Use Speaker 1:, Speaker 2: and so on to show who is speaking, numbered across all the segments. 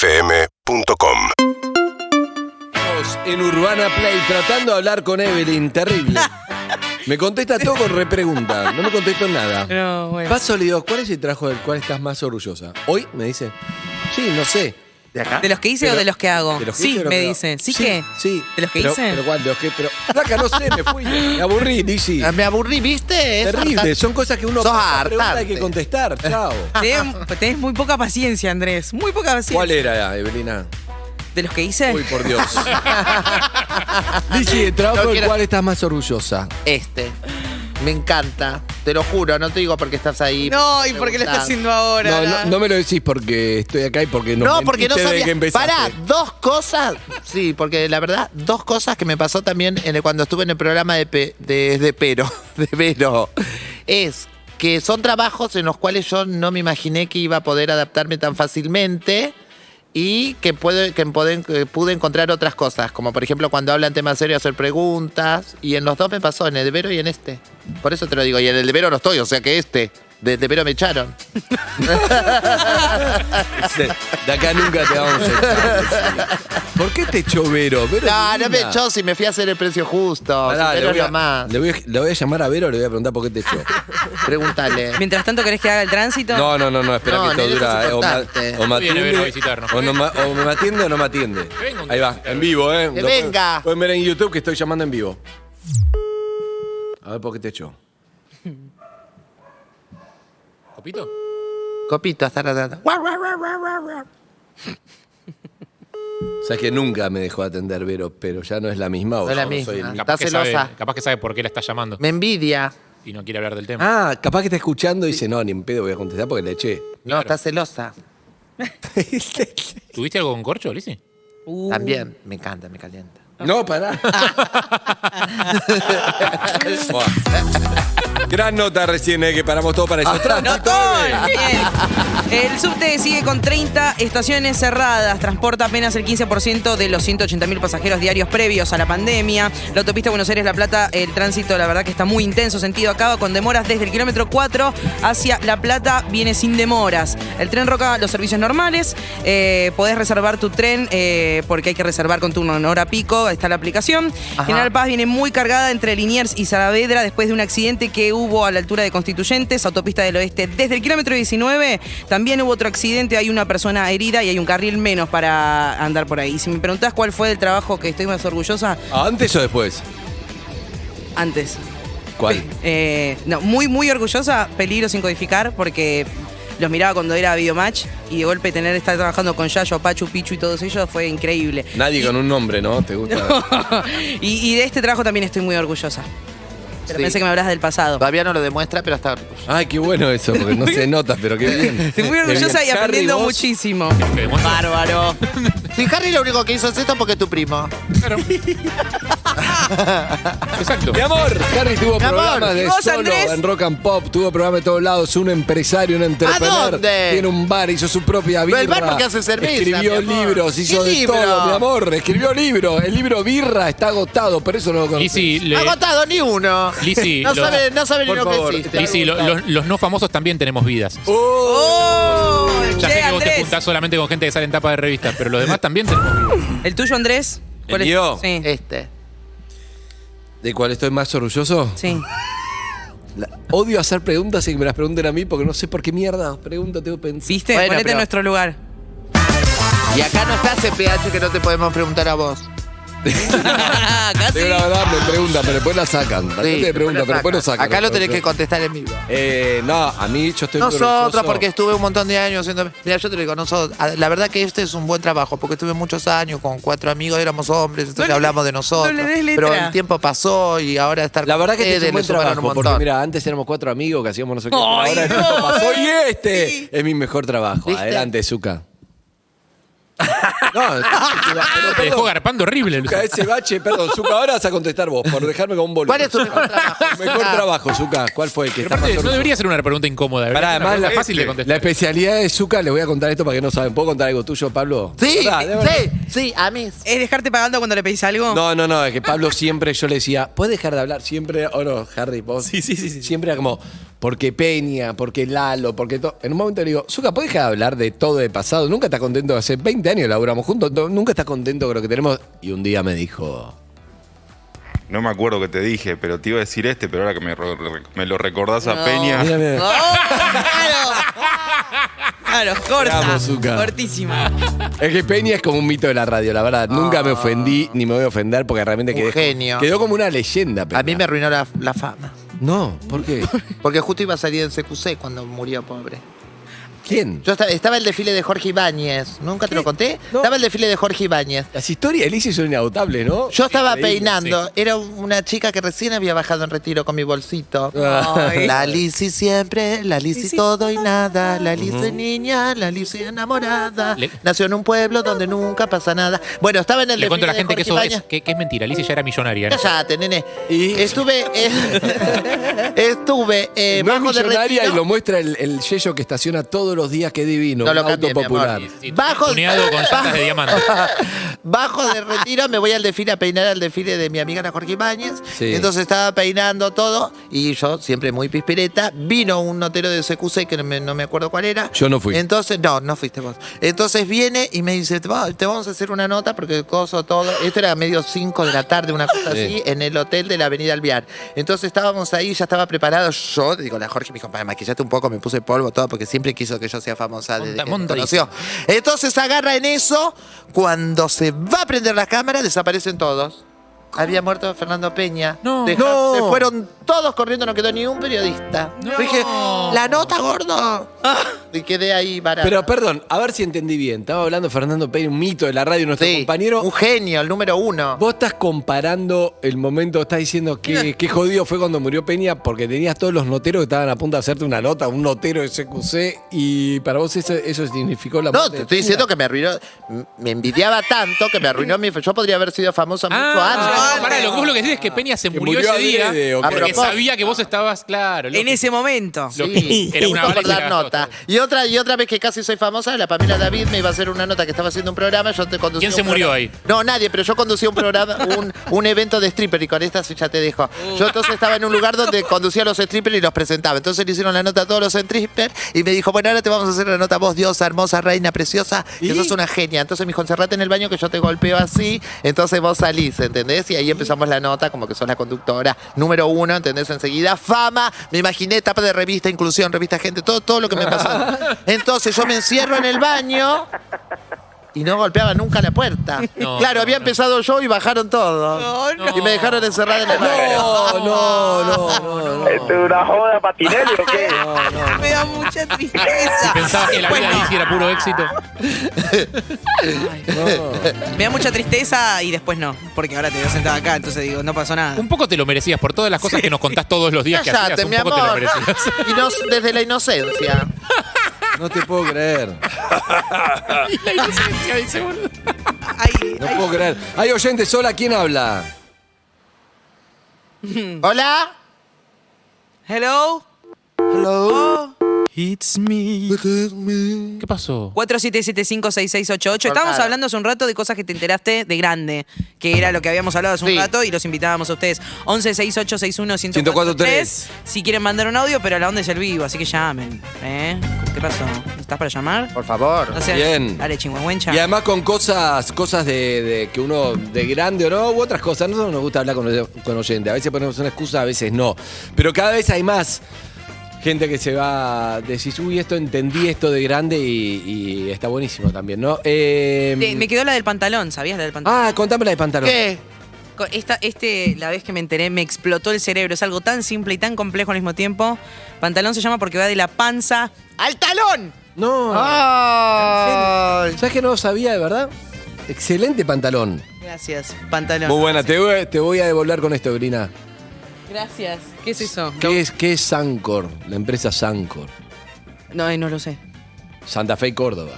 Speaker 1: UrbanaPlayFM.com
Speaker 2: en Urbana Play tratando de hablar con Evelyn, terrible. Me contesta todo con repregunta, no me contestó nada.
Speaker 3: No, bueno.
Speaker 2: Paso le digo, ¿cuál es el trabajo del cual estás más orgullosa? Hoy me dice, sí, no sé.
Speaker 4: ¿De acá?
Speaker 3: ¿De los que hice
Speaker 2: Pero-
Speaker 3: o de los que hago?
Speaker 2: De los que
Speaker 3: sí,
Speaker 2: hice, pero
Speaker 3: me
Speaker 2: creo-
Speaker 3: dicen. ¿Sí, que?
Speaker 2: Sí.
Speaker 3: ¿De los que
Speaker 2: pero,
Speaker 3: hice?
Speaker 2: Pero, ¿cuál? ¿De los que? Pero, flaca, no sé, me fui. Me aburrí, Lizzy.
Speaker 4: Ah, Me aburrí, ¿viste? Es
Speaker 2: Terrible,
Speaker 4: hartante.
Speaker 2: son cosas que uno
Speaker 4: Sos
Speaker 2: pasa, pregunta hay
Speaker 4: hartante.
Speaker 2: que contestar, chao.
Speaker 3: Tenés, tenés muy poca paciencia, Andrés. Muy poca paciencia.
Speaker 2: ¿Cuál era, Evelina?
Speaker 3: ¿De los que hice?
Speaker 2: Uy, por Dios. Lizzy, el trabajo
Speaker 4: No
Speaker 2: del
Speaker 4: quiero-
Speaker 2: cual estás más orgullosa.
Speaker 4: Este. Me encanta. Te lo juro, no te digo porque estás ahí.
Speaker 3: no, ¿y por qué lo estás haciendo ahora?
Speaker 2: No, no, no me lo decís porque estoy acá y porque no
Speaker 4: No, porque no
Speaker 2: mentiste desde
Speaker 4: sabía.
Speaker 2: que empezaste.
Speaker 4: Pará, dos cosas. Sí, porque la verdad, dos cosas que me pasó también en el- cuando estuve en el programa de, Pe- de, de Pero, de Pero, es que son trabajos en los cuales yo no me imaginé que iba a poder adaptarme tan fácilmente y que, puede, que, pude- que pude encontrar otras cosas, como por ejemplo cuando hablan temas serios, hacer preguntas, y en los dos me pasó, en el de Pero y en este. Por eso te lo digo, y en el de Pero no estoy, o sea que este, desde Pero me echaron.
Speaker 2: De acá nunca te vamos a echar. ¿Por qué te echó Vero? Vero
Speaker 4: No,
Speaker 2: es
Speaker 4: no me
Speaker 2: linda.
Speaker 4: echó si me fui a hacer el precio justo.
Speaker 2: Pará,
Speaker 4: si
Speaker 2: le,
Speaker 4: pero
Speaker 2: voy
Speaker 4: es
Speaker 2: a,
Speaker 4: lo más.
Speaker 2: le voy a- le voy a llamar a Vero y le voy a preguntar por qué te echó.
Speaker 4: Pregúntale.
Speaker 3: Mientras tanto, ¿querés que haga el tránsito?
Speaker 2: No, no, no, no, espera
Speaker 4: No,
Speaker 2: que esto
Speaker 4: ni
Speaker 2: dura. eh,
Speaker 4: dejas
Speaker 2: o, ma-
Speaker 4: importante.
Speaker 2: o me
Speaker 5: Viene Vero
Speaker 2: atiende,
Speaker 5: a visitarnos.
Speaker 2: o, no ma- o me atiende o no me atiende.
Speaker 5: venga un
Speaker 2: Ahí va, en vivo, ¿eh?
Speaker 4: Que
Speaker 2: Lo pueden-
Speaker 4: venga.
Speaker 2: Pueden ver en YouTube que estoy llamando en vivo. A ver por qué te echó.
Speaker 5: ¿Copito?
Speaker 4: Copito, hasta la tarde.
Speaker 2: Sabes que nunca me dejó atender Vero, pero ya no es la misma. o
Speaker 4: No es
Speaker 2: yo
Speaker 4: la misma.
Speaker 2: soy el mismo.
Speaker 4: Está
Speaker 5: que sabe-
Speaker 4: celosa.
Speaker 5: capaz que sabe por qué la está llamando
Speaker 4: Me envidia.
Speaker 5: y no quiere hablar del tema.
Speaker 2: Ah, capaz que está escuchando y dice, no, ni en pedo voy a contestar porque le eché.
Speaker 4: No, está celosa.
Speaker 5: ¿Tuviste algo con Corcho, Lizzy?
Speaker 3: Uh,
Speaker 4: También. Me encanta, me calienta.
Speaker 2: No, pará. Buah. Gran nota recién, eh, que paramos todo para
Speaker 3: Ah,
Speaker 2: eso. Tránsito,
Speaker 3: ¡Notón!
Speaker 2: eh.
Speaker 3: Bien. El subte sigue con 30 estaciones cerradas. Transporta apenas el 15% de los 180.000 pasajeros diarios previos a la pandemia. La autopista Buenos Aires-La Plata, el tránsito, la verdad que está muy intenso, sentido acá, con demoras desde el kilómetro 4 hacia La Plata, viene sin demoras. El tren Roca, los servicios normales. Eh, podés reservar tu tren eh, porque hay que reservar con turno en hora pico. Ahí está la aplicación.
Speaker 4: Ajá.
Speaker 3: General Paz viene muy cargada entre Liniers y Saavedra después de un accidente que hubo a la altura de Constituyentes, autopista del oeste. Desde el kilómetro 19 también hubo otro accidente, hay una persona herida y hay un carril menos para andar por ahí. Y si me preguntás cuál fue el trabajo que estoy más orgullosa,
Speaker 2: Ah, ¿Antes o después?
Speaker 3: antes.
Speaker 2: ¿Cuál?
Speaker 3: Eh, no, muy, muy orgullosa, peligro sin codificar, porque los miraba cuando era videomatch y de golpe tener estar trabajando con Yayo, Pachu, Pichu y todos ellos fue increíble.
Speaker 2: Nadie con un nombre, ¿no? ¿Te gusta?
Speaker 3: y, y de este trabajo también estoy muy orgullosa. Pero
Speaker 4: Sí.
Speaker 3: pensé que me hablas del pasado.
Speaker 4: Todavía no lo demuestra, pero está orgullosa.
Speaker 2: Ay, qué bueno eso, porque no se nota, pero qué bien.
Speaker 3: Estoy muy orgullosa y
Speaker 2: Harry,
Speaker 3: aprendiendo
Speaker 2: vos,
Speaker 3: muchísimo.
Speaker 5: Que demuestra-
Speaker 4: Bárbaro. Si Harry lo único que hizo es esto porque es tu primo.
Speaker 5: Exacto.
Speaker 2: Mi amor, Harry tuvo
Speaker 4: Mi amor.
Speaker 2: programas
Speaker 3: ¿Y
Speaker 2: de
Speaker 3: vos,
Speaker 2: solo
Speaker 3: Andrés?
Speaker 2: en rock and pop, tuvo programas de todos lados, un empresario, un entrepreneur.
Speaker 4: dónde?
Speaker 2: Tiene un bar, hizo su propia
Speaker 4: Pero
Speaker 2: vida.
Speaker 4: el bar porque hace cerveza,
Speaker 2: Escribió
Speaker 4: mi amor.
Speaker 2: libros, hizo
Speaker 4: ¿Qué
Speaker 2: de
Speaker 4: libro?
Speaker 2: todo, mi amor. Escribió libros. El libro Birra está agotado, por eso no lo conocí.
Speaker 5: Lizzy, le-
Speaker 4: Agotado ni uno.
Speaker 5: Lizzy,
Speaker 4: no
Speaker 5: lo-
Speaker 4: sabe, no sabe ni
Speaker 2: por
Speaker 4: lo
Speaker 2: favor.
Speaker 4: que existe.
Speaker 5: Lizzy, lo- los, los no famosos también tenemos vidas.
Speaker 3: ¡Oh!
Speaker 5: Ya
Speaker 3: Che,
Speaker 5: sé que vos te
Speaker 3: Andrés.
Speaker 5: juntás solamente con gente que sale en tapa de revistas, pero los demás también tenemos vidas.
Speaker 3: ¿El tuyo, Andrés?
Speaker 2: ¿El mío?
Speaker 3: Sí.
Speaker 4: Este.
Speaker 2: ¿De cuál estoy más orgulloso?
Speaker 3: sí.
Speaker 2: La- odio hacer preguntas y que me las pregunten a mí porque no sé por qué mierda pregunta tengo pensado.
Speaker 3: ¿Viste?
Speaker 4: Bueno,
Speaker 3: Ponete
Speaker 4: pero-
Speaker 3: en nuestro lugar.
Speaker 4: Y acá no está ese PH que no te podemos preguntar a vos.
Speaker 3: Casi.
Speaker 2: la verdad me preguntan, pero después la sacan. La gente
Speaker 4: Sí,
Speaker 2: me pregunta, pero después lo sacan.
Speaker 4: Acá lo tenés que contestar en vivo.
Speaker 2: Eh, no, a mí yo estoy
Speaker 4: Nosotros,
Speaker 2: orgulloso.
Speaker 4: porque estuve un montón de años haciendo. Mira, yo te lo digo, nosotros. a- La verdad que este es un buen trabajo, porque estuve muchos años con cuatro amigos, éramos hombres, entonces
Speaker 3: No le-
Speaker 4: hablamos de nosotros.
Speaker 3: no le des letra.
Speaker 4: pero el tiempo pasó y ahora estar
Speaker 2: La
Speaker 4: con
Speaker 2: verdad que este es
Speaker 4: ustedes
Speaker 2: un buen
Speaker 4: le sumaron
Speaker 2: trabajo,
Speaker 4: un montón.
Speaker 2: porque mira, antes éramos cuatro amigos que hacíamos no sé qué, pero
Speaker 3: ¡Ay,
Speaker 2: ahora
Speaker 3: no!
Speaker 2: esto pasó y este es mi mejor trabajo.
Speaker 4: ¿Viste?
Speaker 2: Adelante, Zuka. no, pero
Speaker 5: Te dejó
Speaker 2: perdón,
Speaker 5: garpando horrible, Lizzy.
Speaker 2: Zuka, ese bache, perdón, Zuka, ahora vas a contestar vos, por dejarme con un boludo.
Speaker 4: ¿Cuál es tu mejor trabajo?
Speaker 2: mejor trabajo, Zuka? ¿Cuál fue el que está
Speaker 5: Pero
Speaker 2: más
Speaker 5: aparte, no
Speaker 2: orgulloso?
Speaker 5: debería ser una pregunta incómoda. debería
Speaker 2: Pará,
Speaker 5: ser una
Speaker 2: además la,
Speaker 5: pregunta fácil de
Speaker 2: la
Speaker 5: contestar.
Speaker 2: especialidad de Zuka, les voy a contar esto para que no saben. ¿Puedo contar algo tuyo, Pablo?
Speaker 4: Sí,
Speaker 2: ¿Verdad? ¿De verdad?
Speaker 4: sí, sí, a mí.
Speaker 3: ¿Es dejarte pagando cuando le pedís algo?
Speaker 2: No, no, oh, no, es que Pablo siempre yo le decía, ¿puedes dejar de hablar? Siempre, o no, Harry, vos.
Speaker 5: Sí, sí, sí, sí.
Speaker 2: Siempre era como, porque Peña, porque Lalo, porque todo. En un momento le digo, Zuka, ¿podés dejar de hablar de todo de pasado? Nunca estás contento, hace 20 años laburamos juntos, no- nunca estás contento con lo que tenemos. Y un día me dijo,
Speaker 6: No me acuerdo que te dije, pero te iba a decir este, pero ahora que me, ro- re- me lo recordás a
Speaker 3: No.
Speaker 6: Peña.
Speaker 2: mira, mira.
Speaker 3: Oh, ¡Claro! Claro, corta.
Speaker 2: Bravo, Zucca.
Speaker 3: Cortísima.
Speaker 4: Ah.
Speaker 2: Es que Peña es como un mito de la radio, la verdad. Nunca me ofendí ni me voy a ofender porque realmente
Speaker 4: Un
Speaker 2: quedé,
Speaker 4: genio.
Speaker 2: quedó como una leyenda. Peña.
Speaker 4: A mí me arruinó la, la fama.
Speaker 2: No, ¿por qué?
Speaker 4: Porque justo iba a salir en CQC cuando murió, pobre.
Speaker 2: ¿Quién?
Speaker 4: Yo estaba, estaba el desfile de Jorge Ibáñez. ¿Nunca te lo conté?
Speaker 2: No.
Speaker 4: Estaba el desfile de Jorge Ibáñez.
Speaker 2: Las historias de Lizzie son inagotables, ¿no?
Speaker 4: Yo estaba
Speaker 2: Increíble.
Speaker 4: peinando. Era una chica que recién había bajado en retiro con mi bolsito.
Speaker 2: Ah,
Speaker 3: Ay.
Speaker 4: La Lisi siempre, la Lisi todo y nada, la Lisi niña, la Lisi enamorada.
Speaker 5: Le-
Speaker 4: Nació en un pueblo donde nunca pasa nada. Bueno, estaba en el
Speaker 5: Le
Speaker 4: desfile
Speaker 5: cuento a la
Speaker 4: de
Speaker 5: gente que
Speaker 4: Jorge
Speaker 5: eso es,
Speaker 4: Ibáñez.
Speaker 5: que, que es mentira. Alicia ya era millonaria. ¿no?
Speaker 4: Cállate, nene.
Speaker 2: Y-
Speaker 4: Estuve. eh, estuve. eh,
Speaker 2: no es
Speaker 4: bajo de
Speaker 2: millonaria y
Speaker 4: retiro.
Speaker 2: lo muestra el, el yello que estaciona todos los días, qué divino.
Speaker 4: No
Speaker 2: un
Speaker 4: lo
Speaker 2: auto
Speaker 4: cambié, mi amor.
Speaker 2: popular.
Speaker 5: Y- y
Speaker 4: Bajo-
Speaker 5: tuneado con llantas de diamante.
Speaker 4: Bajo de retiro, me voy al desfile a peinar al desfile de mi amiga la Jorge Ibáñez.
Speaker 2: Sí.
Speaker 4: Entonces estaba peinando todo y yo, siempre muy pispireta, vino un notero de CQC que no me, no me acuerdo cuál era.
Speaker 2: Yo no fui.
Speaker 4: Entonces, no, no fuiste vos. Entonces viene y me dice, te va- te vamos a hacer una nota porque coso todo. Esto era medio 5 de la tarde, una cosa
Speaker 2: Sí.
Speaker 4: así, en el hotel de la Avenida Alvear. Entonces estábamos ahí, ya estaba preparado. Yo, digo, la Jorge, mi compañera, maquillate un poco, me puse polvo, todo, porque siempre quiso que yo sea famosa. desde
Speaker 5: Monta-
Speaker 4: que me
Speaker 5: monta-
Speaker 4: conoció. Entonces agarra en eso, cuando se va a prender la cámara, desaparecen todos. Había muerto Fernando Peña.
Speaker 5: No.
Speaker 4: Deja-
Speaker 2: No.
Speaker 4: Se fueron todos corriendo, no quedó ni un periodista.
Speaker 5: No.
Speaker 4: Dije, la nota, gordo. Y quedé ahí para.
Speaker 2: Ah. Pero perdón, a ver si entendí bien. Estaba hablando Fernando Pérez, un mito de la radio, nuestro compañero.
Speaker 4: Un genio, el número uno.
Speaker 2: Vos estás comparando el momento, estás diciendo que, qué jodido fue cuando murió Peña porque tenías todos los noteros que estaban a punto de hacerte una nota, un notero de CQC, y para vos eso, eso significó la
Speaker 4: No,
Speaker 2: muerte
Speaker 4: te
Speaker 2: de
Speaker 4: estoy
Speaker 2: Peña.
Speaker 4: diciendo que me arruinó. Me envidiaba tanto que me arruinó mi. Yo podría haber sido famosa mucho
Speaker 5: Ah,
Speaker 4: antes.
Speaker 5: pará, lo que vos lo que decís es que Peña se
Speaker 2: Que
Speaker 5: murió,
Speaker 2: murió
Speaker 5: ese día
Speaker 2: adrede, ¿o
Speaker 4: qué? A
Speaker 5: porque
Speaker 4: propósito.
Speaker 5: sabía que vos estabas, claro.
Speaker 3: En
Speaker 5: loco.
Speaker 3: ese momento.
Speaker 5: Lo que era una
Speaker 4: Justo
Speaker 5: bala
Speaker 4: por
Speaker 5: y se
Speaker 4: dar
Speaker 5: la gastó.
Speaker 4: nota. Y otra, y otra vez que casi soy famosa, la Pamela David me iba a hacer una nota que estaba haciendo un programa, yo te conducía
Speaker 5: ¿Quién
Speaker 4: un
Speaker 5: se murió
Speaker 4: programa-
Speaker 5: ahí?
Speaker 4: No, nadie, pero yo conducía un programa, un, un evento de stripper, y con esta sí ya te dejo. Yo entonces estaba en un lugar donde conducía a los strippers y los presentaba. Entonces le hicieron la nota a todos los strippers y me dijo, bueno, ahora te vamos a hacer la nota a vos, diosa, hermosa, reina, preciosa, que
Speaker 2: ¿Y?
Speaker 4: sos una genia. Entonces me dijo, encerrate en el baño que yo te golpeo así, entonces vos salís, ¿entendés? Y ahí empezamos la nota, como que sos la conductora número uno, ¿entendés? Enseguida, fama, me imaginé, tapa de revista, inclusión, revista gente, todo, todo lo que me pasó. Entonces yo me encierro en el baño. Y no golpeaba nunca la puerta.
Speaker 5: No,
Speaker 4: claro,
Speaker 5: no,
Speaker 4: había
Speaker 5: no.
Speaker 4: empezado yo y bajaron todos.
Speaker 5: No, no.
Speaker 4: Y me dejaron encerrada en el baño.
Speaker 2: No, no, no, no, no.
Speaker 7: ¿Esto es una joda para Tinelli o qué?
Speaker 3: Me da mucha tristeza.
Speaker 5: Pensabas que la vida de
Speaker 3: Bueno,
Speaker 5: Izzy era puro éxito.
Speaker 3: me da mucha tristeza y después no. Porque ahora te veo sentada acá, entonces digo, no pasó nada.
Speaker 5: Un poco te lo merecías por todas las cosas que nos contás todos los días que hacías.
Speaker 4: Cállate,
Speaker 5: Un
Speaker 4: mi
Speaker 5: poco te lo
Speaker 4: amor.
Speaker 5: merecías.
Speaker 4: Y no, desde la inocencia.
Speaker 2: No te puedo creer.
Speaker 5: La inocencia, dice, boludo.
Speaker 3: Ay,
Speaker 2: No puedo creer. Hay oyente sola, ¿quién habla?
Speaker 4: Hola.
Speaker 3: hello.
Speaker 5: ¿Qué pasó?
Speaker 3: 47756688. Estábamos
Speaker 4: Cortado.
Speaker 3: hablando hace un rato de cosas que te enteraste de grande, que era lo que habíamos hablado hace un
Speaker 4: Sí.
Speaker 3: rato y los invitábamos a ustedes. 1168611043.
Speaker 2: 1043.
Speaker 3: Si quieren mandar un audio, pero la onda es el vivo, así que llamen. ¿eh? ¿Qué pasó? ¿Estás para llamar?
Speaker 4: Por favor.
Speaker 3: No sé,
Speaker 2: Bien.
Speaker 3: Dale, chingüengüencha.
Speaker 2: Y además con cosas, cosas de, de que uno de grande o no, u otras cosas. Nosotros nos gusta hablar con, oy- con oyente. A veces ponemos una excusa, a veces no. Pero cada vez hay más gente que se va. Decís, uy, esto entendí esto de grande y, y está buenísimo también, ¿no? Eh,
Speaker 3: Te- me quedó la del pantalón, ¿sabías la del pantalón?
Speaker 2: ah, contame la de pantalón.
Speaker 4: ¿Qué?
Speaker 3: Co- Esta, este, la vez que me enteré, me explotó el cerebro. Es algo tan simple y tan complejo al mismo tiempo. Pantalón se llama porque va de la panza
Speaker 4: ¡Al talón!
Speaker 2: No.
Speaker 4: ¡Ay!
Speaker 2: ¿Sabes que no lo sabía de verdad? Excelente pantalón.
Speaker 3: Gracias, pantalón.
Speaker 2: Muy buena, te voy, te voy a devolver con esto, Brina.
Speaker 3: Gracias. ¿Qué es eso?
Speaker 2: ¿Qué es, ¿Qué es Sancor? La empresa Sancor.
Speaker 3: No, eh, no lo sé.
Speaker 2: Santa Fe y Córdoba.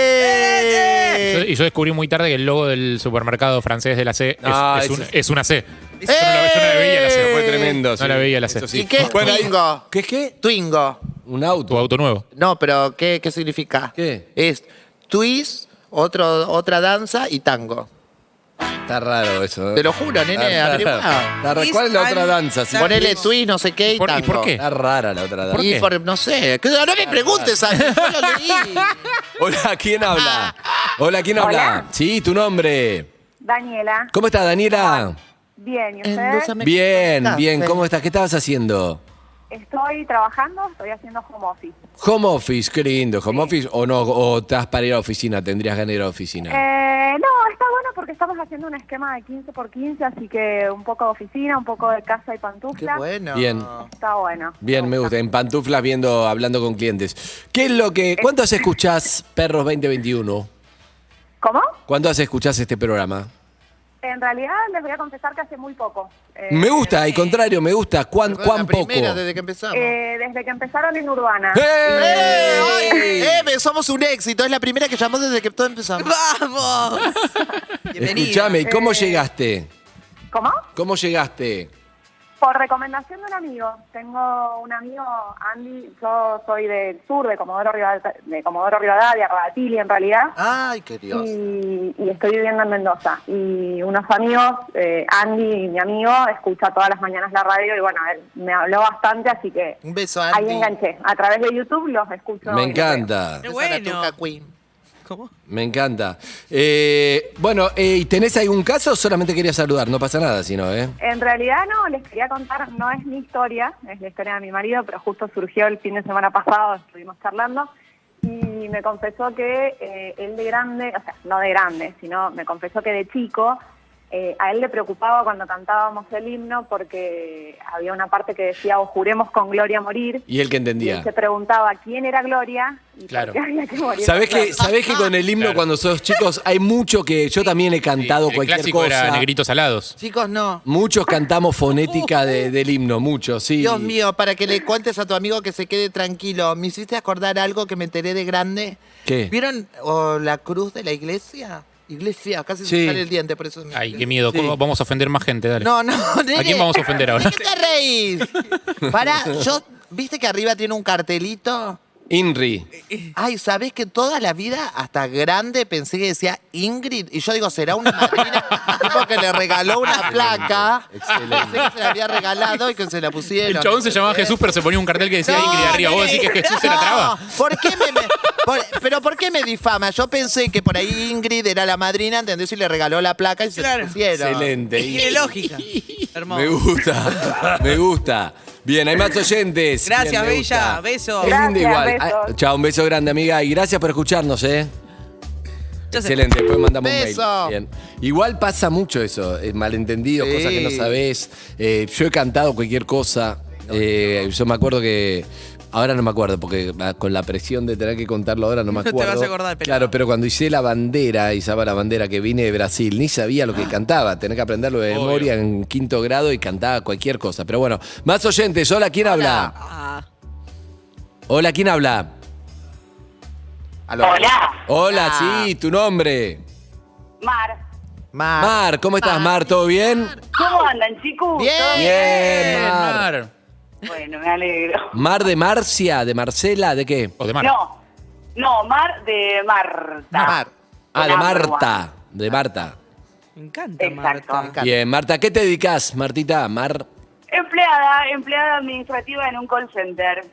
Speaker 4: ¡Eh!
Speaker 5: Yo- y yo descubrí muy tarde que el logo del supermercado francés de la C es,
Speaker 2: Ah,
Speaker 5: es
Speaker 2: ese-
Speaker 5: una, es una C.
Speaker 4: ¡Eh!
Speaker 5: Yo no la- yo no la veía la C.
Speaker 2: Fue tremendo.
Speaker 5: No
Speaker 2: sí.
Speaker 5: la veía la C.
Speaker 2: Eso sí.
Speaker 4: ¿Y qué es
Speaker 2: Bueno, ahí-
Speaker 4: Twingo?
Speaker 2: ¿Qué es qué?
Speaker 4: Twingo.
Speaker 2: Un
Speaker 5: Tu
Speaker 2: auto.
Speaker 5: auto nuevo.
Speaker 4: No, pero ¿qué, qué significa?
Speaker 2: ¿Qué?
Speaker 4: Es twist, otro, otra danza y tango.
Speaker 2: Está raro eso. ¿eh?
Speaker 4: Te lo juro, nene,
Speaker 2: Está
Speaker 4: averiguá.
Speaker 2: raro. Está raro. ¿Cuál es la otra danza? sí?
Speaker 4: Ponele twist, no sé qué y
Speaker 5: ¿Por- y por
Speaker 4: tango.
Speaker 5: qué?
Speaker 2: Está rara la otra danza.
Speaker 4: Y
Speaker 5: qué?
Speaker 4: por- no sé. que- No me preguntes a mí, yo lo leí.
Speaker 2: Hola, ¿quién habla? Ah. Hola, ¿quién habla?
Speaker 8: Hola.
Speaker 2: Sí, tu nombre.
Speaker 8: Daniela.
Speaker 2: ¿Cómo estás, Daniela?
Speaker 8: Bien, ¿y usted?
Speaker 4: Endósame-
Speaker 2: Bien,
Speaker 4: Café.
Speaker 2: bien. ¿Cómo estás? ¿Qué estabas haciendo?
Speaker 8: Estoy trabajando, estoy haciendo home office.
Speaker 2: Home office, qué lindo. ¿Home office o no? ¿O estás para ir a la oficina? ¿Tendrías ganas de ir a la oficina?
Speaker 8: Eh, no, está bueno porque estamos haciendo un esquema de 15 por 15, así que un poco de oficina, un poco de casa y
Speaker 4: Qué
Speaker 8: pantufla.
Speaker 4: bueno.
Speaker 2: Bien.
Speaker 8: Está bueno.
Speaker 2: Bien, me gusta. En pantuflas viendo, hablando con clientes. ¿Qué es lo que. ¿Cuántos escuchás Perros 2021?
Speaker 8: ¿Cómo?
Speaker 2: ¿Cuántos escuchás este programa?
Speaker 8: En realidad les voy a confesar que hace muy poco. Eh,
Speaker 2: Me gusta, al contrario, me gusta. ¿Cuán,
Speaker 4: Bueno,
Speaker 2: cuán
Speaker 4: la
Speaker 2: poco?
Speaker 4: primera desde que empezamos.
Speaker 8: eh, desde que empezaron en Urbana.
Speaker 4: ¡Eh!
Speaker 2: ¡Eh!
Speaker 4: ¡Eh! ¡Eh! Somos un éxito. Es la primera que llamó desde que todo empezamos.
Speaker 3: ¡Vamos! Bienvenida.
Speaker 2: Escuchame, ¿y cómo
Speaker 8: Eh.
Speaker 2: llegaste?
Speaker 8: ¿Cómo?
Speaker 2: ¿Cómo llegaste?
Speaker 8: Por recomendación de un amigo. Tengo un amigo, Andy, yo soy del sur, de Comodoro Rivadavia, de Comodoro Rivadavia, Rabatili en realidad.
Speaker 4: Ay, qué Dios.
Speaker 8: Y, y estoy viviendo en Mendoza. Y unos amigos, eh, Andy, mi amigo, escucha todas las mañanas la radio y bueno, él me habló bastante, así que
Speaker 4: Un beso, Andy.
Speaker 8: ahí enganché. A través de YouTube los escucho.
Speaker 2: Me
Speaker 8: y los
Speaker 2: encanta,
Speaker 3: Qué
Speaker 4: Un beso a la
Speaker 3: bueno.
Speaker 4: turca Queen.
Speaker 3: ¿Cómo?
Speaker 2: me encanta. Eh, bueno, eh, ¿y tenés algún caso? Solamente quería saludar, no pasa nada si no, ¿eh?
Speaker 8: veo. En realidad no, les quería contar, no es mi historia, es la historia de mi marido, pero justo surgió el fin de semana pasado, estuvimos charlando y me confesó que eh, él de grande, o sea, no de grande, sino me confesó que de chico Eh, a él le preocupaba cuando cantábamos el himno porque había una parte que decía o juremos con gloria morir.
Speaker 2: Y él que
Speaker 8: Y él
Speaker 2: entendía.
Speaker 8: se preguntaba quién era Gloria y
Speaker 5: Claro.
Speaker 8: por qué había que morir.
Speaker 2: ¿Sabés que, sabés que con el himno
Speaker 5: Claro.
Speaker 2: cuando sos chicos hay mucho que yo también he cantado
Speaker 5: el
Speaker 2: cualquier
Speaker 5: clásico era
Speaker 2: cosa?
Speaker 5: negritos salados.
Speaker 4: Chicos, no.
Speaker 2: Muchos cantamos fonética de- del himno, muchos, sí.
Speaker 4: Dios mío, para que le cuentes a tu amigo que se quede tranquilo, me hiciste acordar algo que me enteré de grande.
Speaker 2: ¿Qué?
Speaker 4: ¿Vieron o la cruz de la iglesia? Iglesia, casi
Speaker 2: Sí.
Speaker 4: se sale el diente, por eso. me-
Speaker 5: Ay, qué miedo.
Speaker 2: Sí.
Speaker 5: ¿Cómo Vamos a ofender más gente, dale.
Speaker 4: No, no, nene.
Speaker 5: ¿A quién vamos a ofender ahora?
Speaker 4: ¿De qué te reís? Para, yo, ¿viste que arriba tiene un cartelito?
Speaker 2: Inri.
Speaker 4: Ay, ¿sabés que toda la vida, hasta grande, pensé que decía Ingrid? Y yo digo, ¿será una madrina? tipo que le regaló una placa. Pensé que se la había regalado y que se la pusieron.
Speaker 5: El chabón se llamaba
Speaker 4: ¿entendés?
Speaker 5: Jesús, pero se ponía un cartel que decía Ingrid arriba. ¿Vos decís que Jesús era
Speaker 4: No,
Speaker 5: traba?
Speaker 4: ¿Por qué me, me- por- pero ¿por qué me difama? Yo pensé que por ahí Ingrid era la madrina, ¿entendés? Y le regaló la placa y se
Speaker 3: Claro.
Speaker 4: la pusieron.
Speaker 2: Excelente.
Speaker 3: Tiene lógica. Hermoso.
Speaker 2: Me gusta, me gusta. Bien, hay más oyentes.
Speaker 3: Gracias,
Speaker 2: Bien, me
Speaker 3: Bella.
Speaker 2: gusta.
Speaker 3: Beso.
Speaker 2: Es
Speaker 8: Gracias,
Speaker 2: lindo igual.
Speaker 8: besos.
Speaker 2: Ah, chao, un beso grande, amiga. Y gracias por escucharnos, ¿eh?
Speaker 3: Ya se-
Speaker 2: Excelente, después mandamos
Speaker 4: Beso.
Speaker 2: un mail. Bien. Igual pasa mucho eso, eh, malentendidos,
Speaker 4: Sí.
Speaker 2: cosas que no sabés. Eh, yo he cantado cualquier cosa. Eh, Yo me acuerdo que. Ahora no me acuerdo, porque ah, con la presión de tener que contarlo ahora no me
Speaker 3: No te
Speaker 2: acuerdo.
Speaker 3: vas a acordar, pero-
Speaker 2: Claro, pero cuando hice la bandera, izaba la bandera que vine de Brasil, ni sabía lo que
Speaker 3: Ah.
Speaker 2: cantaba. Tenía que aprenderlo de
Speaker 5: Obvio.
Speaker 2: memoria en quinto grado y cantaba cualquier cosa. Pero bueno, más oyentes, hola, ¿quién habla?
Speaker 3: Ah,
Speaker 2: Hola, ¿quién habla?
Speaker 4: Aló.
Speaker 9: Hola,
Speaker 2: Hola,
Speaker 3: Ah.
Speaker 2: sí, tu nombre.
Speaker 9: Mar.
Speaker 4: Mar.
Speaker 2: Mar, ¿cómo
Speaker 3: Ah.
Speaker 2: estás, Mar? ¿Todo bien?
Speaker 9: ¿Cómo andan, chicos?
Speaker 4: Bien.
Speaker 2: Bien,
Speaker 5: Bien,
Speaker 2: Mar.
Speaker 5: Mar.
Speaker 9: Bueno, me alegro.
Speaker 2: Mar de Marcia, de Marcela, ¿de qué?
Speaker 5: O de Mar.
Speaker 9: No, no, Mar de Marta.
Speaker 4: Mar.
Speaker 2: Ah, de
Speaker 9: Number
Speaker 2: Marta. De Marta.
Speaker 3: me encanta,
Speaker 9: Exacto.
Speaker 3: Marta.
Speaker 2: Bien, Marta, ¿qué te dedicas, Martita? Mar.
Speaker 9: Empleada, empleada administrativa en un call center.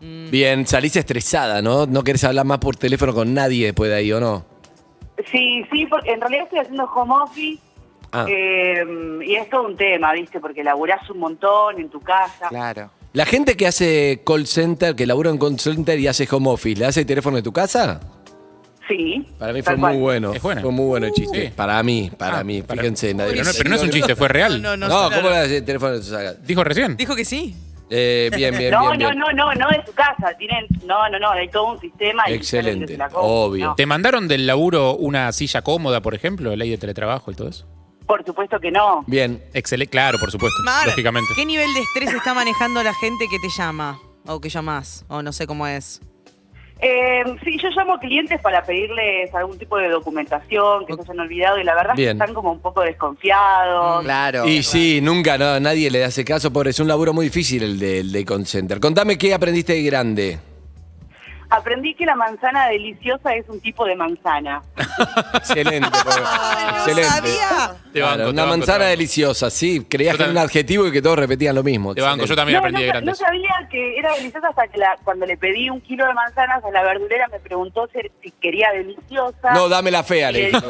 Speaker 9: Mm.
Speaker 2: Bien, salís estresada, ¿no? No querés hablar más por teléfono con nadie después de ahí, ¿o no?
Speaker 9: Sí, sí, porque en realidad estoy haciendo home office.
Speaker 2: Ah.
Speaker 9: eh, y es todo un tema, ¿viste? Porque laburás un montón en tu casa.
Speaker 4: Claro.
Speaker 2: La gente que hace call center, que labura en call center y hace home office, ¿le hace el teléfono de tu casa?
Speaker 9: Sí.
Speaker 2: Para mí fue
Speaker 9: tal
Speaker 2: muy
Speaker 9: cual. Uh.
Speaker 2: bueno.
Speaker 5: Es buena.
Speaker 2: Fue muy bueno el chiste.
Speaker 5: Sí.
Speaker 2: Para mí, para
Speaker 5: Ah,
Speaker 2: mí.
Speaker 5: para-
Speaker 2: Fíjense, nadie
Speaker 5: Pero
Speaker 2: lo
Speaker 5: no, pero no es un
Speaker 2: sabe.
Speaker 5: chiste, fue real.
Speaker 3: No, no,
Speaker 2: No,
Speaker 3: no.
Speaker 2: ¿cómo le hace el teléfono de tu casa?
Speaker 5: Dijo recién.
Speaker 3: Dijo que sí.
Speaker 2: Eh, bien, bien,
Speaker 9: No,
Speaker 2: bien,
Speaker 9: no,
Speaker 2: bien.
Speaker 9: no, no, no de su casa. Tienen, no, no, no, hay todo un sistema. y
Speaker 2: Excelente,
Speaker 9: se la compra,
Speaker 2: obvio.
Speaker 9: no.
Speaker 5: ¿Te mandaron del laburo una silla cómoda, por ejemplo? Ley de teletrabajo y todo eso.
Speaker 9: Por supuesto que no.
Speaker 2: Bien.
Speaker 5: Excelente, claro, por supuesto.
Speaker 3: Mar,
Speaker 5: Lógicamente.
Speaker 3: ¿qué nivel de estrés está manejando la gente que te llama? O que llamás, o no sé cómo es.
Speaker 9: Eh, sí, yo llamo clientes para pedirles algún tipo de documentación que se hayan olvidado y la verdad es
Speaker 2: Oh. Bien.
Speaker 9: que están como un poco desconfiados.
Speaker 4: Claro.
Speaker 2: Y sí, nunca, no, nadie le hace caso, pobre, es un laburo muy difícil el de, el de call center. Contame qué aprendiste de grande.
Speaker 9: Aprendí que la manzana deliciosa es un tipo de manzana.
Speaker 2: Excelente. pobre. Excelente.
Speaker 3: sabía.
Speaker 5: Te banco,
Speaker 2: Claro,
Speaker 5: te
Speaker 2: una
Speaker 5: banco,
Speaker 2: manzana
Speaker 5: te banco.
Speaker 2: deliciosa, sí. Creías
Speaker 5: Yo
Speaker 2: que era un
Speaker 5: también.
Speaker 2: adjetivo y que todos repetían lo mismo.
Speaker 5: Te banco, yo
Speaker 2: Excelente.
Speaker 5: también aprendí de
Speaker 9: no, sa- no
Speaker 5: grandes.
Speaker 9: sabía que era deliciosa hasta que la- cuando le pedí un kilo de manzanas a la verdulera me preguntó si, si quería deliciosa.
Speaker 2: No, dame la fea,
Speaker 9: Y
Speaker 2: le
Speaker 9: le-
Speaker 2: dije.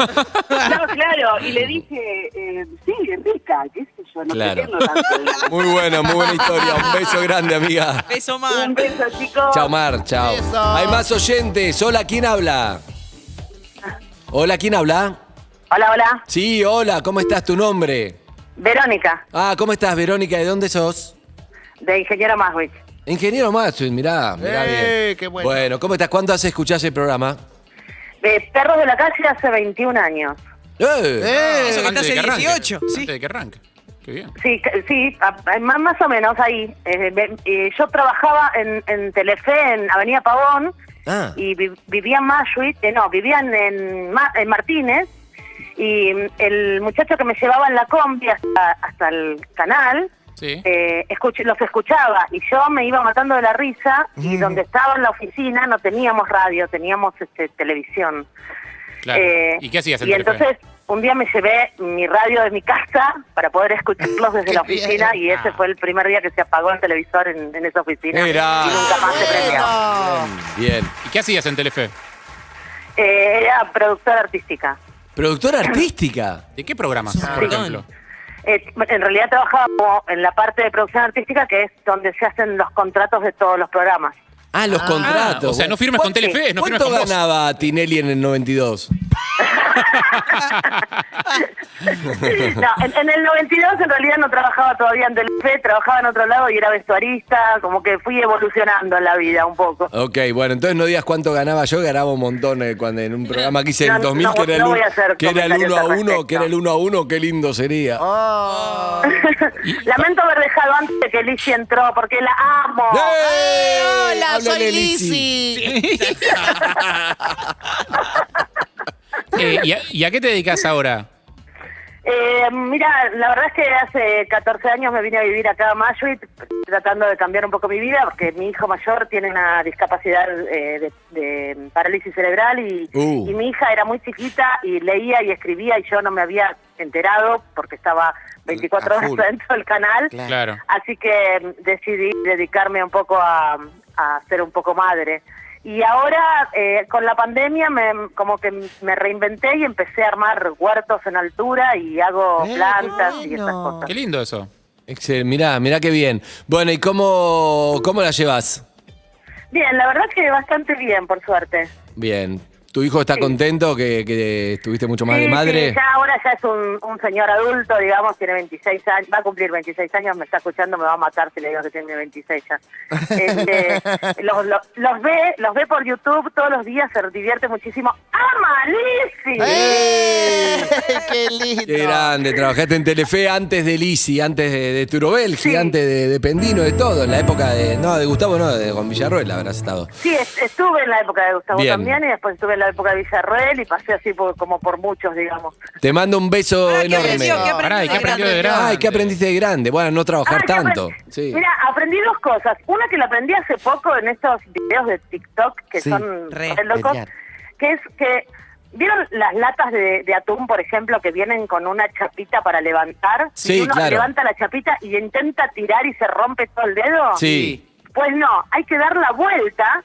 Speaker 9: No, claro, y le dije, eh, sí, rica, qué sé yo, no
Speaker 2: Claro.
Speaker 9: entiendo tanto.
Speaker 2: Muy bueno, muy buena historia. Un beso grande, amiga.
Speaker 3: Beso más.
Speaker 9: Un beso, chicos.
Speaker 2: Chao, Mar, chao.
Speaker 4: Besos.
Speaker 2: Hay más oyentes. Hola, ¿quién habla? Hola, ¿quién habla?
Speaker 8: Hola, hola.
Speaker 2: Sí, hola, ¿cómo estás? ¿Tu nombre?
Speaker 8: Verónica,
Speaker 2: Ah, ¿cómo estás, Verónica? ¿De dónde sos?
Speaker 8: de Ingeniero Maswich.
Speaker 2: Ingeniero Macho, mirá, mirá
Speaker 4: Eh,
Speaker 2: bien.
Speaker 4: qué bueno.
Speaker 2: Bueno, ¿cómo estás? ¿Cuánto hace escuchás el programa?
Speaker 8: De Perros de la Calle hace 21 años.
Speaker 2: ¡Eh!
Speaker 3: Eso que está
Speaker 5: Antes de
Speaker 3: hace
Speaker 5: Ah, que arranque.
Speaker 3: 18. Sí.
Speaker 5: Antes de que arranque. Qué bien.
Speaker 8: Sí, c- sí, a- a- más, más o menos ahí. Eh, ve- eh, yo trabajaba en, en Telefe, en Avenida Pavón,
Speaker 2: Ah.
Speaker 8: y vi- vivía en Mashuit, eh, no, vivían en, Ma- en Martínez, y mm, el muchacho que me llevaba en la combi hasta, hasta el canal,
Speaker 5: Sí.
Speaker 8: eh, escuch- los escuchaba, y yo me iba matando de la risa, y donde estaba en la oficina no teníamos radio, teníamos este, televisión.
Speaker 5: Claro.
Speaker 8: Eh,
Speaker 5: ¿Y qué hacías en
Speaker 8: Y
Speaker 5: Telefe?
Speaker 8: entonces un día me llevé mi radio de mi casa para poder escucharlos desde la
Speaker 4: Qué bien.
Speaker 8: oficina y ese fue el primer día que se apagó el televisor en, en esa oficina.
Speaker 2: Mirá.
Speaker 8: Y nunca más se prendió.
Speaker 2: Bien.
Speaker 5: ¿Y qué hacías en Telefe?
Speaker 8: Eh, era productora artística.
Speaker 2: Productora artística.
Speaker 5: ¿De qué programas,
Speaker 3: Es un
Speaker 5: por
Speaker 3: montón.
Speaker 5: ejemplo?
Speaker 8: Eh, en realidad trabajaba como en la parte de producción artística que es donde se hacen los contratos de todos los programas.
Speaker 2: Ah, los
Speaker 5: Ah,
Speaker 2: contratos.
Speaker 5: o sea, no firmes con Telefe, no firmes
Speaker 2: ¿Cuánto
Speaker 5: con vos.
Speaker 2: ganaba Tinelli en el 92?
Speaker 8: no, en, en el 92 en realidad no trabajaba todavía en Telefe, trabajaba en otro lado y era vestuarista, como que fui evolucionando en la vida un poco.
Speaker 2: Ok, bueno, entonces no digas cuánto ganaba yo, ganaba un montón eh, cuando en un programa que hice en
Speaker 8: No, no,
Speaker 2: 2000 que era el,
Speaker 8: no
Speaker 2: un-
Speaker 8: voy a hacer
Speaker 2: que era el
Speaker 8: comentarios
Speaker 2: 1 a
Speaker 8: al
Speaker 2: 1, que era el 1
Speaker 8: respecto.
Speaker 2: a 1, qué lindo sería.
Speaker 8: Lamento haber dejado antes de que Lizzie entró, porque la amo.
Speaker 2: ¡Eh! ¡Ey!
Speaker 4: Hola,
Speaker 2: Háblale,
Speaker 4: soy
Speaker 2: Lizzy.
Speaker 4: Lizzy.
Speaker 5: Eh, ¿y, a, y a qué te dedicas ahora?
Speaker 8: Eh, mira, la verdad es que hace 14 años me vine a vivir acá a Mashuit, tratando de cambiar un poco mi vida, porque mi hijo mayor tiene una discapacidad eh, de, de parálisis cerebral y,
Speaker 2: Uh.
Speaker 8: y mi hija era muy chiquita y leía y escribía y yo no me había enterado porque estaba 24
Speaker 4: A
Speaker 8: horas
Speaker 4: full.
Speaker 8: dentro del canal.
Speaker 4: Claro.
Speaker 5: Claro.
Speaker 8: Así que mm, decidí dedicarme un poco a, a ser un poco madre. Y ahora, eh, con la pandemia, me, como que me reinventé y empecé a armar huertos en altura y hago
Speaker 4: Eh,
Speaker 8: plantas
Speaker 4: qué
Speaker 8: y estas
Speaker 4: bueno.
Speaker 8: cosas.
Speaker 5: Qué lindo eso.
Speaker 2: Excel, mirá, mirá qué bien. Bueno, ¿y cómo, cómo la llevas?
Speaker 8: Bien, la verdad que bastante bien, por suerte.
Speaker 2: Bien. ¿Tu hijo está contento que, que estuviste mucho más
Speaker 8: Sí,
Speaker 2: de
Speaker 8: sí,
Speaker 2: madre?
Speaker 8: ya ahora ya es un, un señor adulto, digamos, tiene 26 años, va a cumplir 26 años, me está escuchando, me va a matar si le digo que tiene 26 ya. Este, los, los, los ve los ve por YouTube todos los días, se divierte muchísimo. ¡Ama, Lizzy!
Speaker 4: ¡Eh! ¡Qué lindo!
Speaker 2: Qué grande, trabajaste en Telefe antes de Lisi, antes de, de Turobel,
Speaker 8: Sí.
Speaker 2: antes de, de Pendino, de todo, en la época de. No, de Gustavo no, de con Villarroel habrás estado.
Speaker 8: Sí, es- estuve en la época de Gustavo
Speaker 2: Bien.
Speaker 8: también y después estuve en la época de Villarroel y pasé así por- como por muchos, digamos.
Speaker 2: Te mando un beso
Speaker 3: Ah, ¿Qué
Speaker 2: enorme.
Speaker 3: aprendió? ¿Qué aprendió
Speaker 5: Pará, ¿y qué
Speaker 3: de
Speaker 5: aprendió de
Speaker 3: grande?
Speaker 5: grande?
Speaker 2: Ay, ¿qué aprendiste de grande? Bueno, no trabajar tanto. Sí.
Speaker 8: Ah, Mira, aprendí dos cosas. Una que la aprendí hace poco en estos videos de TikTok que
Speaker 4: Sí,
Speaker 8: son
Speaker 3: re,
Speaker 8: re locos,
Speaker 4: genial.
Speaker 8: que es que vieron las latas de, de atún, por ejemplo, que vienen con una chapita para levantar.
Speaker 2: Sí,
Speaker 8: y uno
Speaker 2: claro.
Speaker 8: levanta la chapita y intenta tirar y se rompe todo el dedo.
Speaker 2: Sí.
Speaker 8: Pues no, hay que dar la vuelta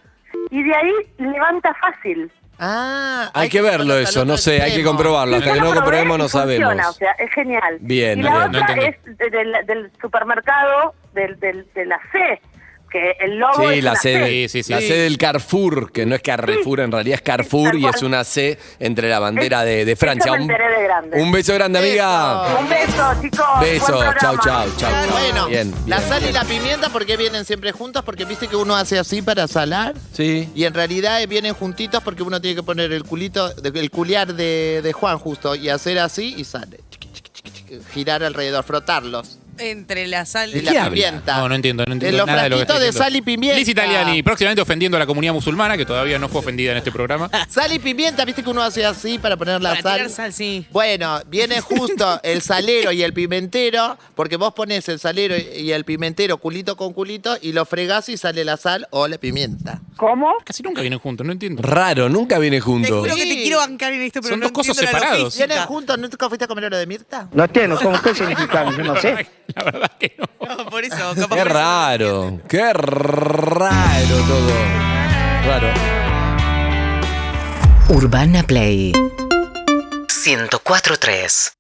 Speaker 8: y de ahí levanta fácil.
Speaker 4: Ah,
Speaker 2: Hay que verlo
Speaker 4: llevarlo hasta
Speaker 2: eso,
Speaker 4: el
Speaker 2: no
Speaker 4: otro
Speaker 2: sé, hay que
Speaker 4: extremo.
Speaker 2: comprobarlo. Hasta
Speaker 8: Yo
Speaker 2: que
Speaker 8: la
Speaker 2: no
Speaker 8: probé
Speaker 2: comprobemos no
Speaker 8: y eh, funciona, O
Speaker 2: sabemos.
Speaker 8: sea, es genial.
Speaker 2: Bien,
Speaker 8: y la
Speaker 2: bien,
Speaker 5: no
Speaker 8: otra
Speaker 5: entendí.
Speaker 8: es de- del, del supermercado del, del- de la C, que el logo
Speaker 2: Sí,
Speaker 8: es
Speaker 2: la
Speaker 8: una
Speaker 2: C,
Speaker 8: C.
Speaker 2: de-
Speaker 5: Sí, sí, sí.
Speaker 2: la C del Carrefour, que no es Carrefour, en realidad es Carrefour
Speaker 8: tal
Speaker 2: y
Speaker 8: cual.
Speaker 2: es una C entre la bandera de, de
Speaker 8: Eso
Speaker 2: Francia.
Speaker 8: me
Speaker 2: Un,
Speaker 8: enteré de grande.
Speaker 2: un beso grande, amiga.
Speaker 8: Un beso, chicos.
Speaker 2: Beso,
Speaker 8: Buen
Speaker 2: chau,
Speaker 8: programa.
Speaker 2: chau, chau. chau.
Speaker 4: Bueno,
Speaker 2: Bien,
Speaker 4: la
Speaker 2: bien,
Speaker 4: sal y
Speaker 2: bien.
Speaker 4: la pimienta, ¿por qué vienen siempre juntas? Porque viste que uno hace así para salar.
Speaker 2: Sí.
Speaker 4: Y en realidad eh, vienen juntitos porque uno tiene que poner el culito, de- el culiar de, de Juan justo y hacer así y sale. Chiqui, chiqui, chiqui, chiqui, Girar alrededor, frotarlos.
Speaker 3: entre la sal
Speaker 4: Y
Speaker 3: y
Speaker 4: la
Speaker 3: la...
Speaker 5: ¿Qué habla?
Speaker 4: pimienta.
Speaker 5: No, no entiendo, no entiendo
Speaker 4: los
Speaker 5: nada de lo que está
Speaker 4: frasquitos de
Speaker 5: diciendo.
Speaker 4: sal y pimienta.
Speaker 5: Liz Italiani, próximamente ofendiendo a la comunidad musulmana, que todavía no fue ofendida en este programa.
Speaker 4: Sal y pimienta, viste que uno hace así para poner la
Speaker 3: Para
Speaker 4: sal.
Speaker 3: tirar sal, sí.
Speaker 4: Bueno, viene justo el salero y el pimentero, porque vos pones el salero y el pimentero culito con culito y lo fregás y sale la sal o la pimienta.
Speaker 7: ¿Cómo?
Speaker 5: Casi nunca vienen juntos, no entiendo.
Speaker 2: Raro, nunca viene
Speaker 3: Te
Speaker 2: junto.
Speaker 3: juro que te
Speaker 4: Sí.
Speaker 3: quiero bancar en esto, pero
Speaker 5: Son
Speaker 3: no
Speaker 5: dos cosas
Speaker 3: entiendo la
Speaker 5: separados.
Speaker 3: logística.
Speaker 4: ¿Vienen juntos? ¿Nunca fuiste a comer oro de Mirta?
Speaker 7: No entiendo, ¿cómo qué significa? Yo no sé.
Speaker 5: La verdad que no.
Speaker 3: No, por eso, capaz por
Speaker 2: Qué
Speaker 3: eso.
Speaker 2: raro, qué raro todo. Raro.
Speaker 10: Urbana Play 104.3